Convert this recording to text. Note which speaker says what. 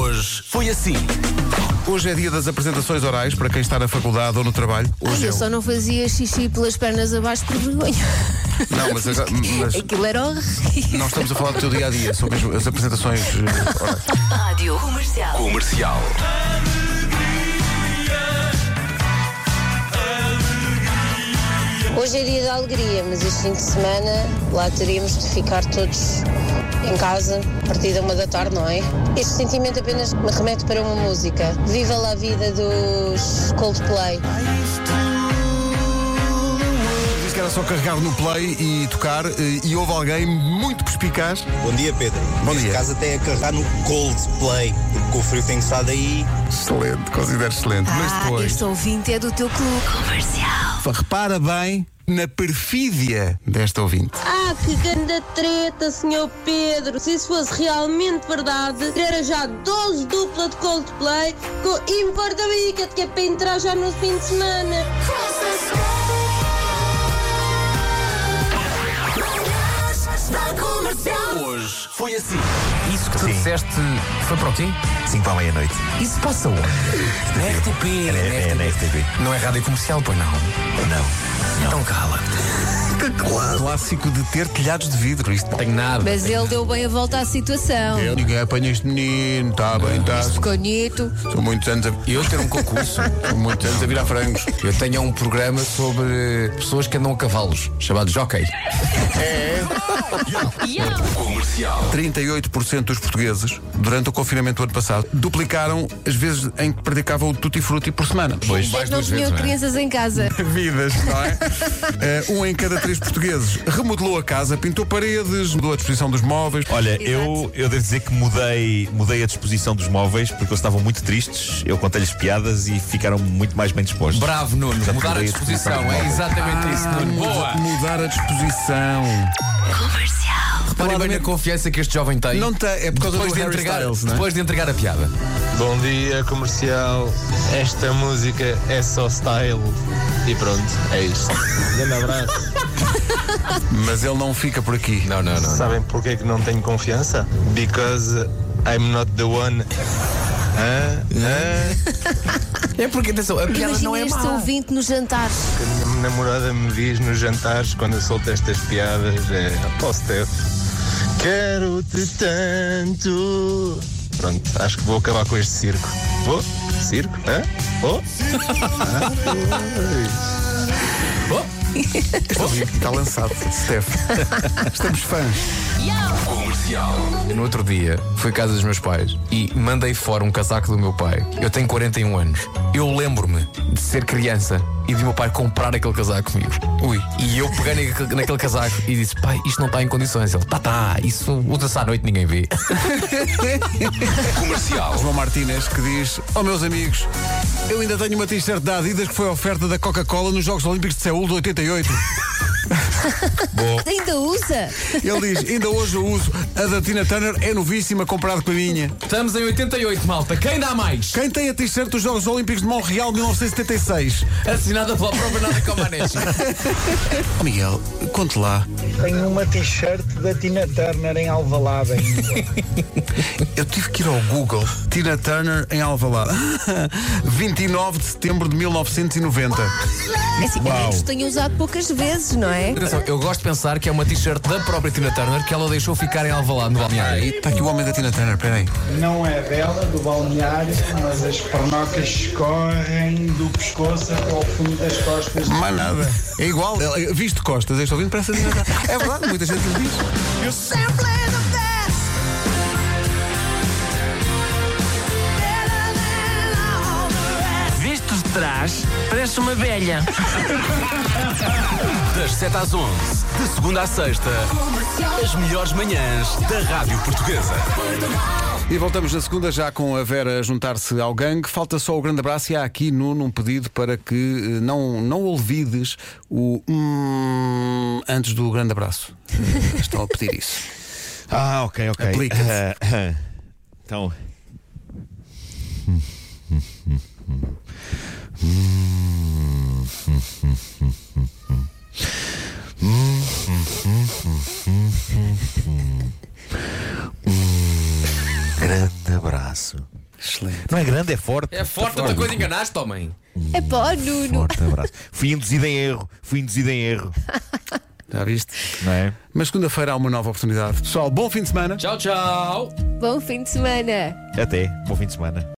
Speaker 1: Hoje foi assim.
Speaker 2: Hoje é dia das apresentações orais para quem está na faculdade ou no trabalho. Hoje
Speaker 3: Ai,
Speaker 2: é
Speaker 3: eu
Speaker 2: o-
Speaker 3: só não fazia xixi pelas pernas abaixo por vergonha.
Speaker 2: Não, mas, agora- mas
Speaker 3: Aquilo era horrível.
Speaker 2: nós estamos a falar do teu dia a dia, são mesmo as apresentações eh, orais.
Speaker 4: Rádio Comercial.
Speaker 1: Comercial.
Speaker 5: Hoje é dia da alegria, mas este fim de semana lá teríamos de ficar todos em casa, a partir da uma da tarde, não é? Este sentimento apenas me remete para uma música. Viva lá a vida dos Coldplay.
Speaker 6: Diz que era só carregar no play e tocar, eh, e houve alguém muito perspicaz.
Speaker 7: Bom dia, Pedro.
Speaker 6: Bom
Speaker 7: Neste
Speaker 6: dia.
Speaker 7: caso até é carregar no Coldplay, porque o frio tem estado aí
Speaker 2: Excelente, considero excelente. Mas
Speaker 3: Ah,
Speaker 2: depois,
Speaker 3: este ouvinte é do teu clube.
Speaker 2: repara bem na perfídia desta ouvinte.
Speaker 5: Ah, que grande treta, senhor Pedro! Se isso fosse realmente verdade, era já 12 dupla de Coldplay com Importa Bicat, que é para entrar já no fim de semana.
Speaker 1: Hoje foi assim.
Speaker 8: Isso que tu disseste foi para o quê?
Speaker 9: 5 para a meia-noite.
Speaker 8: Isso passa onde? Na RTP.
Speaker 9: É
Speaker 8: na
Speaker 9: na
Speaker 8: RTP.
Speaker 9: FTP.
Speaker 8: Não é rádio comercial, pois não? Não. Então cala.
Speaker 2: Clássico de ter telhados de vidro. Isto
Speaker 8: Tenho nada.
Speaker 3: Mas ele deu bem a volta à situação.
Speaker 2: Eu, ninguém apanha este menino, está bem, tá, está.
Speaker 3: Conhito.
Speaker 2: São muitos anos a.
Speaker 8: Eu ter um concurso.
Speaker 2: São muitos anos a virar frangos.
Speaker 8: Eu tenho um programa sobre pessoas que andam a cavalos, chamado Jockey.
Speaker 2: 38% dos portugueses, durante o confinamento do ano passado, duplicaram as vezes em que praticavam o tutti frutti por semana. Pois.
Speaker 3: Mas não tinham crianças em casa.
Speaker 2: Vidas, não é? Eh, um em cada três portugueses remodelou a casa, pintou paredes, mudou a disposição dos móveis.
Speaker 9: Olha,
Speaker 3: Exato.
Speaker 9: eu, eu devo dizer que mudei, mudei a disposição dos móveis porque eles estavam muito tristes. Eu contei-lhes piadas e ficaram muito mais bem dispostos.
Speaker 8: Bravo, Nuno.
Speaker 9: Já
Speaker 8: Mudar a
Speaker 9: mudei a
Speaker 8: disposição.
Speaker 9: disposição.
Speaker 8: É exatamente isso, Nuno.
Speaker 2: Muda-
Speaker 8: Boa.
Speaker 2: Mudar a disposição.
Speaker 8: Reparem bem na confiança que este jovem tem.
Speaker 2: Não tem, é por causa
Speaker 8: depois
Speaker 2: do
Speaker 8: de
Speaker 2: Harry
Speaker 8: entregar,
Speaker 2: Styles, não é?
Speaker 8: Depois de entregar a piada.
Speaker 10: Bom dia, comercial. Esta música é só style. E pronto, é isto. Um grande abraço.
Speaker 2: Mas ele não fica por aqui.
Speaker 8: Não, não, não.
Speaker 10: Sabem porquê que não tenho confiança? Because I'm not the one. Ah, Hã? Hã?
Speaker 8: É porque, atenção, a piada não
Speaker 3: Imagina
Speaker 8: é
Speaker 3: este
Speaker 8: má.
Speaker 3: ouvinte nos jantares.
Speaker 10: Que a minha namorada me diz nos jantares quando eu solto estas piadas. É, posso ter. Quero-te tanto. Pronto, acho que vou acabar com este circo. Vou? Circo? Hã? Vou?
Speaker 2: Está lançado, Steph. Estamos fãs.
Speaker 8: No outro dia, fui à casa dos meus pais e mandei fora um casaco do meu pai. Eu tenho 41 anos. Eu lembro-me de ser criança e de meu pai comprar aquele casaco comigo. Ui. E eu peguei naquele, naquele casaco e disse: pai, isto não está em condições. Ele: tá, tá, isso usa-se à noite, ninguém vê.
Speaker 1: Comercial.
Speaker 2: João Martínez que diz: Oh, meus amigos, eu ainda tenho uma t-shirt da Adidas que foi oferta da Coca-Cola nos Jogos Olímpicos de Seul de 88.
Speaker 3: Ainda usa?
Speaker 2: Ele diz: Ainda hoje eu uso. A da Tina Turner é novíssima comparado com a minha.
Speaker 8: Estamos em 88, malta. Quem dá mais?
Speaker 2: Quem tem a t-shirt dos Jogos Olímpicos de Montreal de 1976?
Speaker 8: Assinada pela própria Nada Comaneci.
Speaker 2: Oh, Miguel, conte lá.
Speaker 11: Tenho uma t-shirt da Tina Turner em Alvalade ainda.
Speaker 2: Eu tive que ir ao Google. Tina Turner em Alvalade. 29 de setembro de 1990.
Speaker 3: É assim, amigos tenho usado poucas vezes, não é?
Speaker 8: Atenção, eu gosto de pensar que é uma t-shirt da própria Tina Turner que ela deixou ficar em Alvalade, no Balneário.
Speaker 2: Está tá aqui o homem da Tina Turner, peraí.
Speaker 11: Não é dela, do balneário, mas as pernocas escorrem do pescoço até ao fundo das costas.
Speaker 2: Mais nada. É igual. É, Visto de costas, este ouvindo parece a Tina Turner. É verdade, muita gente lhe diz.
Speaker 12: Visto de trás, parece uma velha.
Speaker 1: Das 7 às 11, de segunda à sexta, as melhores manhãs da Rádio Portuguesa.
Speaker 2: E voltamos na segunda já com a Vera a juntar-se ao gangue. Falta só o grande abraço e há aqui, Nuno, um pedido para que eh, não, não olvides o hum antes do grande abraço. Eh, Estão a pedir isso.
Speaker 9: Ah, ok, ok.
Speaker 2: Aplica-se.
Speaker 9: Ah, ah. então. Um grande abraço
Speaker 2: Excelente.
Speaker 9: Não é grande, é forte.
Speaker 8: É forte, outra coisa enganaste, homem.
Speaker 3: É pó, Nuno.
Speaker 9: Forte abraço. Fui induzido em erro, fui induzido em erro.
Speaker 2: Já viste?
Speaker 9: Não é?
Speaker 2: Mas segunda-feira há uma nova oportunidade. Pessoal, bom fim de semana.
Speaker 8: Tchau, tchau.
Speaker 3: Bom fim de semana.
Speaker 9: Até, bom fim de semana.